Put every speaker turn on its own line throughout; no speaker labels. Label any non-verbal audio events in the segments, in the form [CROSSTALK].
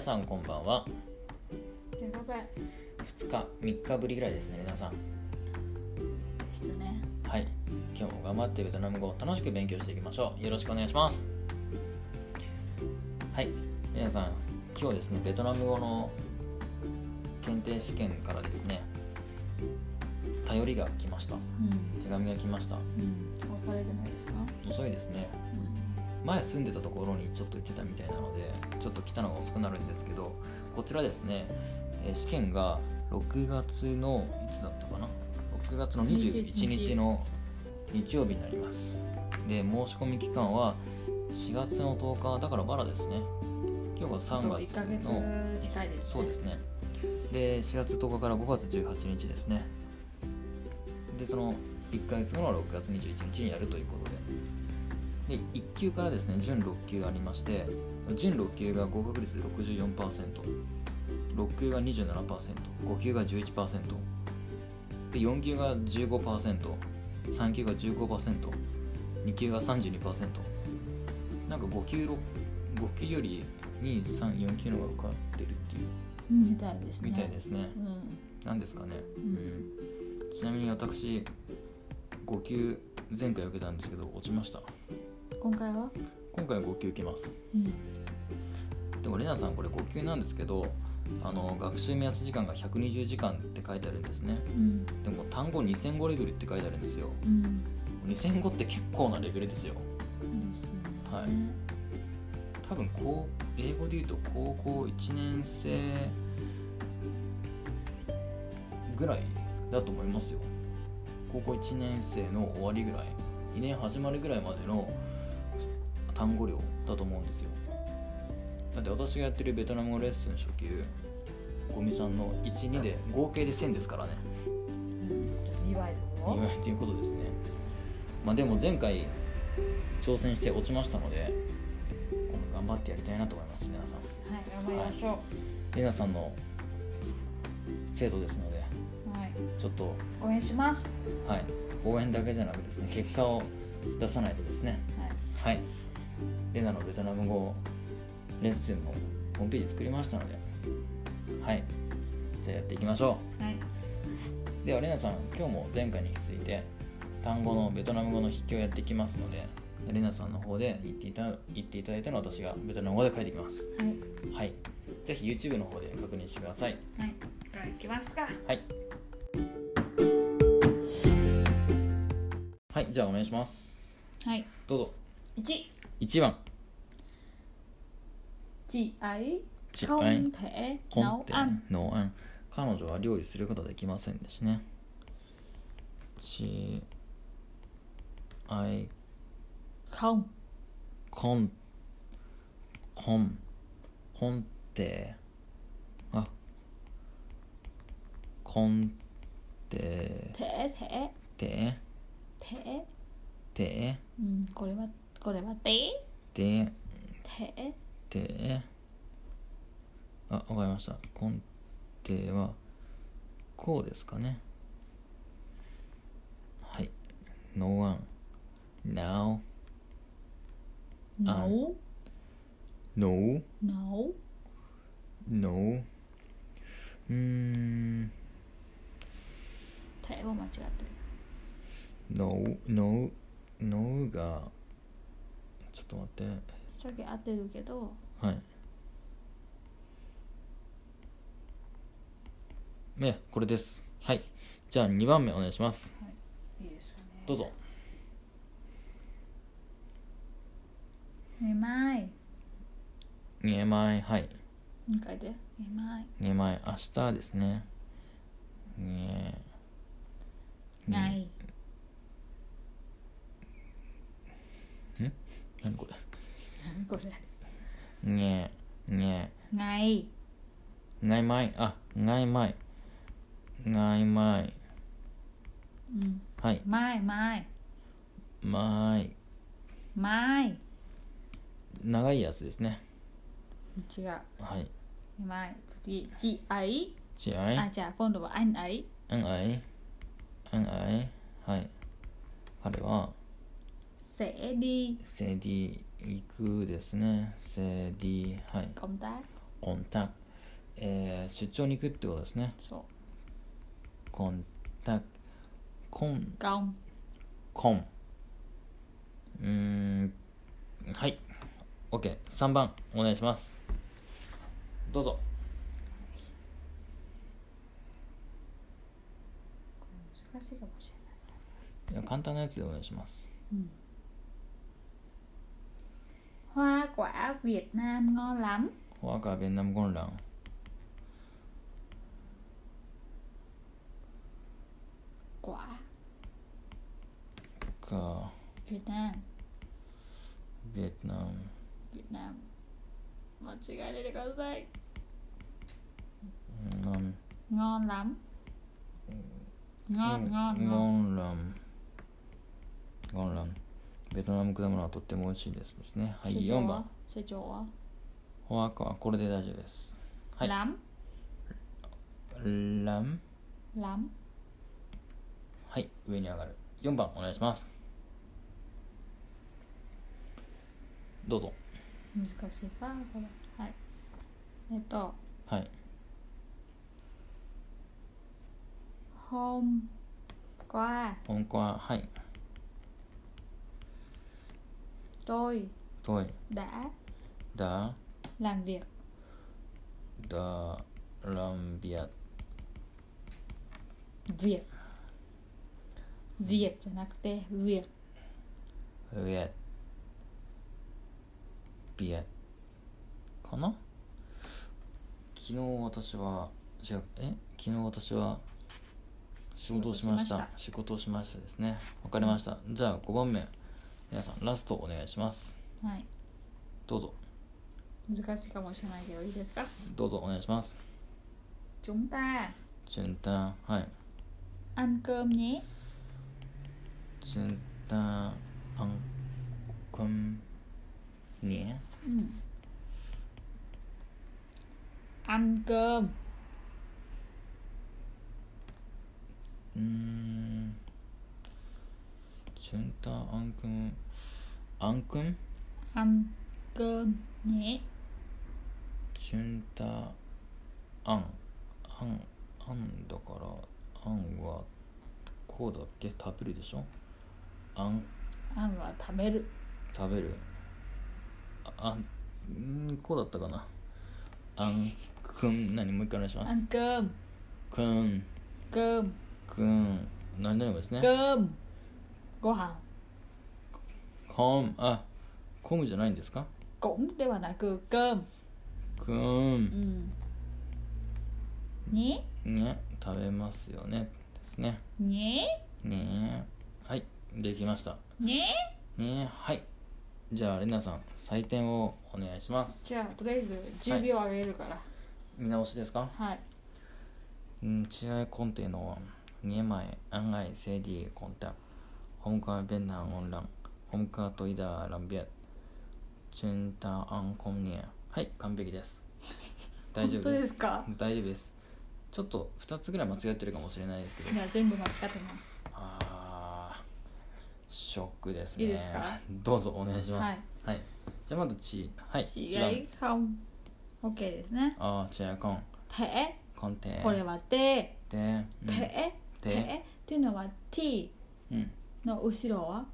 さんこんばんは
やばい
2日3日ぶりぐらいですね皆さん
でしたね
はい今日も頑張ってベトナム語を楽しく勉強していきましょうよろしくお願いしますはい皆さん今日ですねベトナム語の検定試験からですね頼りが来ました
うん
手紙が来ました
うんおされじゃないですか
遅いですね
う
前住んでたところにちょっと行ってたみたいなのでちょっと来たのが遅くなるんですけどこちらですね、えー試験が6月のいつだったかな6月の21
21
日の日曜日になりますで申し込み期間は4月の10日だからバラですね今日が
んあと
3
1
月
ヶ
の
月近いですね
そうですねで4月10日から5月18日ですねでその1ヶ月後の6月21日にやるということでで1級からですね準6級ありまして準6級が合格率 64%6 級が 27%5 級が 11%4 で4級が 15%3 級が 15%2 級が32%なんか5級ろ5級より234級の方が受かってるっていう
うんみたいですね
みたいですね
うん
なんですかね、
ん
うんちなみに私5級前回受けたんですけど落ちました
今回は
今回5級受けます
うん
でもレナさんこれ5級なんですけどあの学習目安時間が120時間って書いてあるんですね
うん
でも単語2000語レベルって書いてあるんですよ
うん
2000語って結構なレベルですよ
ですね
はい多分こう英語で言うと高校1年生ぐらいだと思いますよ高校1年生の終わりぐらい2年始まるぐらいまでの単語量だと思うんですよだって私がやってるベトナム語レッスン初級ゴミさんの12で合計で1000ですからね
2倍と
意
こ
外ということですね [LAUGHS] まあでも前回挑戦して落ちましたので今後頑張ってやりたいなと思います皆さん
はい頑張りましょ
レナさんの生徒ですので
うはい
ちょっと、
応援します
はい、応援だけじゃなくですね結果を出さないとですね
はい
はいレナのベトナム語レッスンのホームページ作りましたのではいじゃあやっていきましょ
はい、
うではレナさん今日も前回に引き続いて単語のベトナム語の筆記をやっていきますのでレナさんの方で言っていた言っていただいたのを私がベトナム語で書いていきます
はい
はいぜひ YouTube の方で確認してください
はい、じゃあ行きますか
はい。はい、じゃあお願いします。
はい
どうぞ。
1
一番。
chị ấy
ち
không thể
コン
nấu
テ
ăn
の案。彼女は料理することはできませんでしたね。ち。あい。
không
コン。コン。コンテ。あ。コン。テ。
thể thể
テ。
thể
テ。
うんこれはこれはて
テ。
て
であわかりましたコンテはこうですかねはい No one Now あ
nấu
No
nấu
No うーん
thể は間違ってる
No No No がちょっと待って
さっき合ってるけど
はいねこれですはいじゃあ2番目お願いします
いいですかね
どうぞ
ねまい
2枚はい
2回でねまい
ね前明日ですねね Ừ.
ない
何こ
これ
れねね
ない
ないまいあないまいないまい
うん
はい
まいまい
まい
まい
長いやつですね
違う
はい
ねまい次 chị ấy À,
ちあい
あじゃあ今度は anh ấy
あんあいあんあいはい彼は
sẽ đi
セディ行くですねセディはい
công tác
コンタクト、えー出張に行くってことですね
そ
コンタクコン
う。ガン。
コンうーんはい OK3 番お願いしますどうぞ
難しいかもしれない。
いや簡単なやつでお願いします
うん Hoa quả Việt Nam ngon lắm.
ホアカベンナムゴンラン
Quả
か
Việt Nam.
ベトナム
Việt Nam. 間違えないでください。
ナム
Ngon lắm.
Ừ,
Ngon, ngon,
ゴ
ngon.
ンランゴンランベトナム果物はとっても美味しいですですねは
Sữa
い
chua,
4番
Sữa chua.
ホアカはこれで大丈夫ですはい
Lắm.
ラン
Lắm.
はい上に上がる4番お願いしますどうぞ
難しいかこれはいえっと
はい
ホームqua
本当ははい
tôi
トイ
đã
ダ
làm việc
ダランビア
việc việc じゃなくて việc
ウェビエかな昨日私は違うえ昨日私は仕事をしました仕事をしましたですねわかりましたじゃあ5番目皆さんラストお願いします
はい
どうぞ
難しいかもしれないけどいいですか
どうぞお願いします
chúng ta
チュンタはい
ăn cơm nhé
チュンタアンコンニエ
Ừ. ăn cơm
うーんチュンタアンくんアンくん
ăn cơm nhé
チュンタアンアンアンだからアンはこうだっけ食べるでしょアン
ăn は食べる
食べるああんんーこうだったかなアンくん何もう一回お願いします
ăn cơm
くん
cơm
くん何々もですね
cơm ご飯
コンあコムじゃないんですか
cũng ではなく cơm
くん
ね
ね食べますよねですね
ね
ねえはいできました
ね
ねえはいじゃあレナさん採点をお願いします
じゃあとりあえず10秒あげるから
見直しですか
はい
うん違いコンテの2枚案外セディコンタホムカーベンナンオンランホムカートイダーランビアチュンタアンコンニアはい完璧です大丈夫
本当
で
ですすか
大丈夫ですちょっと2つぐらい間違ってるかもしれないですけど
じゃあ全部間違ってます
あーショックですね
いいですか
どうぞお願いしますはい、じゃあまずちはい一番
違いかも OK ですね
ああチェアコン
て
コンテ
これはて
で、うん、
て
て
てっていうのは t
うん
の後ろは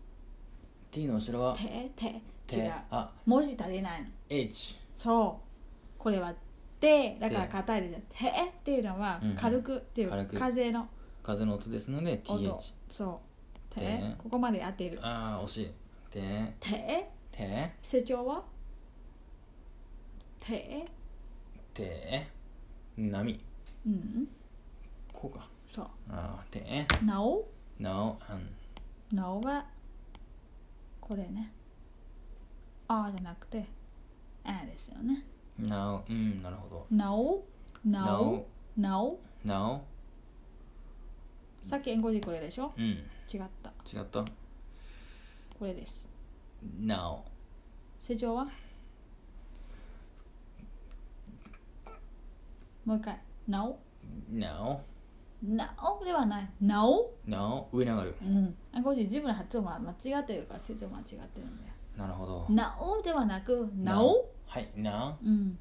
T の後ろは
てて
て
違う
あ
文字足りないの
H
そうこれはてだから
て
硬いですてっていうのは
うん
軽くっていう
軽く
風の
風の音ですので TH
音そうて
て
ここまで当てる
ああ惜しいて
て
て
成長はて
て波
うん
こうか
そ
ああて
うなお
Now and
なおはこれねあーじゃなくてあーですよね
Now うんなるほど
なおなお
Now
なお
Now
さっき英語でこれでしょ
うん違
違った
った
これです
Now
成長はもう一回なお
Now
なおではないなお
Now 上に上がる
うん英語で自分の発音は間違ってるから成長間違ってるんだよ
なるほど
なおではなくなお
はい Now
うん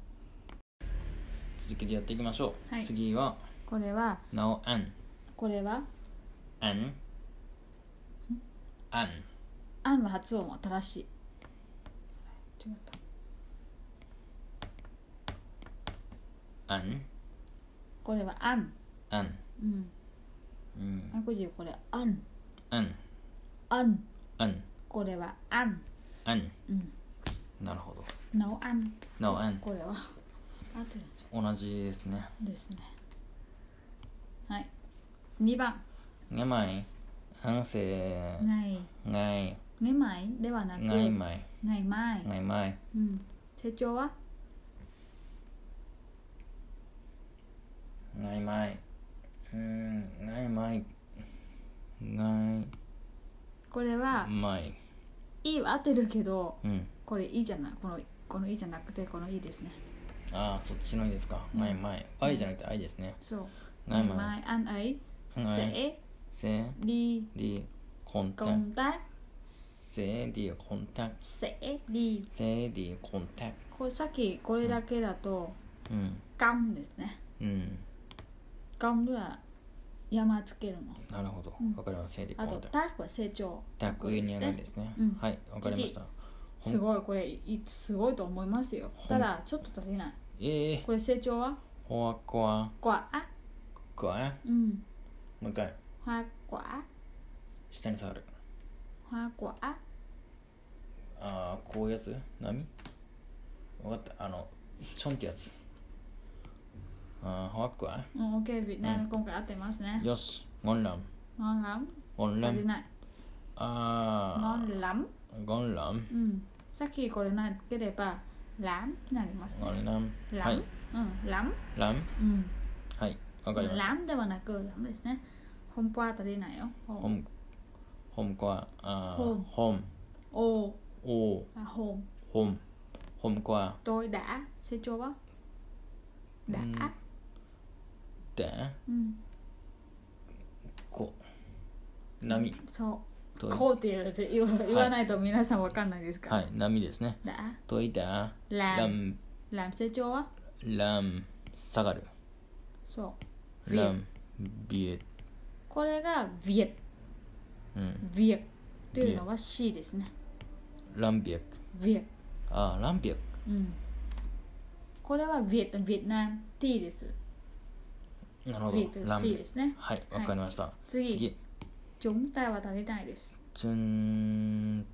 続けてやっていきましょう、
はい
次は
これは
Now an
これは
an an
「あん」の発音は正しい違った
an
これは「あん
an」
うん
うん
韓国人これ「あん
an」
「あん
an」
これは「あん
an」
うん
なるほど
「なおあん」
Now an
これはあと
同じですね
ですねはい2番
ねまい反省
「ない」
がい
「ねまい」ではなく
がいまい
「ないまい
がいまい」
うん成長は
がいまいうんがいまいが
これはい
まい
「い」は合ってるけど
うん
これ「い」じゃないこの「このい」じゃなくてこの「い」ですね
ああそっちのいいですかまいまい愛じゃなくて愛ですね
そう
がい
「
まい
まい」「あん」「あい」
がい
sẽ
se
đi
đi con tact
công tác
se đi con tact
sẽ đi
se đi con tact
これさっきこれだけだと
うん
「ガン」ですね
うん
「ガン」は山つけるもん
なるほど
うん
わかりますせりコ
あ
ン
と
タク
「
ト
タク」は成長
タク上に上がるですね
うん
はいわかりましたほん
すごいこれいすごいと思いますよ
ほん
ただちょっと足りない
ええ
これ成長は
ほわこわ
「quả
くわ」
うん
もう一回
「hoa quả
下に下がる」
「hoa quả
ああこういうやつ波わかったあのちょんってやつああほわくわ」
うん、OK việt nam、今回合ってますね
よしゴンラン
ngon lắm
ゴンラ
足り
ン
ない
あ
ngon lắm
あゴンラン
うんさっきこれなければ「lắm」になりますね
ゴンラン
「lắm」
は
う
い
ん「lắm」
ラン
うん
はいわかりました
ラムではなくラムですね。ホンポは足りないよ。ホ
ホーム、ホームコア、あー
ホーム
ホーム、
お
おー、
あホン。
ホーム、ホームコア、
tôi đã sẽ cho bác
う
đã
んで、
うん
こ、波、
そ
と
うこうっていう字言わ言わないと皆さんわかんないですから、
はい、波ですね。
đã
といた、ラ
làm
ン、
làm sẽ cho bác
ラン、下がる。
そう
ラン、ビエ、
これが việc
うん、
việc というのは C ですね
ランビエク。
việc
あー、ランビエク。
うんこれは Việt Việt Nam T です
なるほ
Việt
ど、ラン
C
ビエ
で
ク。
すね
はい、わかりました。
次
次、
chúng ta は足りないです
チュン、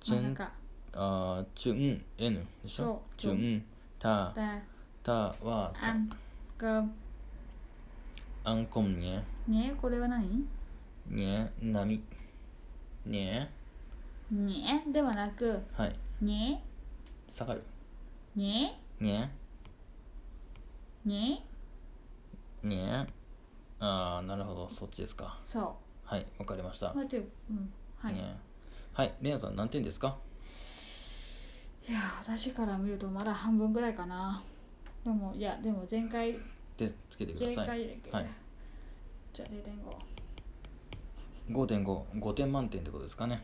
チ
真
ュン、
ん中
あー、チュン、N でしょ
そう
チュン、タ、
ta
たは、た
ăn cơm
あんこんにゃ、
nhé これは何
にゃ、なみ。にゃ、
nhé ではなく
はい、
nhé
下がる。
nhé
にゃ、
nhé
にゃ、あー、なるほど、そっちですか。
そ
はい、わかりました
う。まあちょうんはい、
にゃ。はい、レナさん何点ですか
いやー私から見るとまだ半分ぐらいかなでもいやでも前回
でつけてくだ
前
さ
回
い。はい、
じゃあ0.5
5.5、5点満点ってことですかね。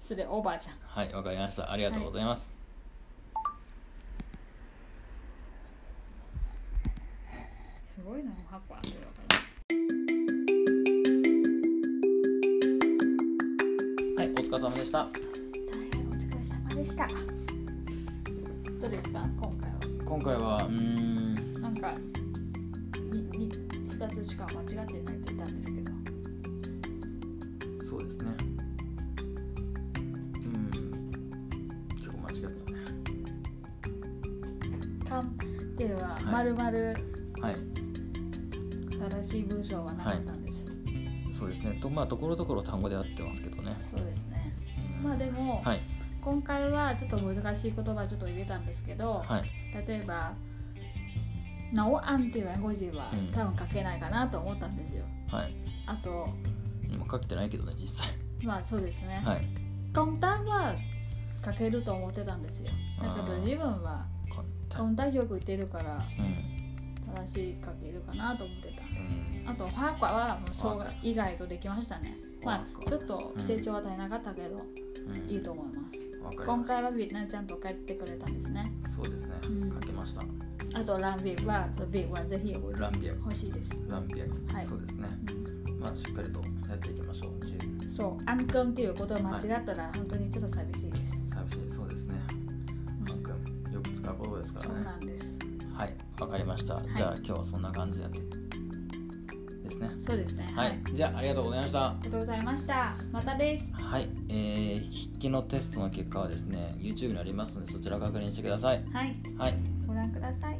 それオーバーじゃん
はい、わかりました。ありがとうございます。
すごいな8個あるよ
はい、お疲れ様でした。
大変お疲れ様でしたどうですか今回は
今回は、うーん、
なんか2つしか間違ってないって言ったんですけど
そうですね。うん、結構間違ってたね。
「かん」ではま
はい
るまる
はい。
正しい文章はなかったんです、
そうですねとまあところどころ単語で合ってますけどね、
そうですね
うん
まあでも、
はい
今回はちょっと難しい言葉ちょっと入れたんですけど、
はい
例えば「なおあん」っていう英語字は
うん
多分書けないかなと思ったんですよ、
はい
あと
今書けてないけどね実際
まあそうですね、
はい
コンタは書けると思ってたんですよだけど
あー
自分は
こんた
コンタよく言ってるから
うん、
正しい書けるかなと思ってた
うん、
あとファーカはもうそう
ファーカ
以外とできましたねま
ファーカ
あちょっと成長は足りなかったけど、
うん
いいと思います
わわかり
今
ま
回
し
はビーナルちゃんと帰ってくれたんですね
たそうですね、
うん
かけました
あとランビーグはビーグはぜひ欲
ランビア
しいです、
ランビア、
はい
そうですね
うん
まあしっかりとやっていきましょうじ
そうアンクンっていうことを間違ったら本当にちょっと寂しいです、
寂しいそうですね
うん
マン君よく使うことですから
そう
ね
なんです
はいわかりました、
い
じゃあ今日はそんな感じでですね
そうですね
はい、じゃあありがとうございました
ありがとうございましたまたです
はい、えー、筆記のテストの結果はですね YouTube にありますのでそちら確認してください
はい
はい
ご覧ください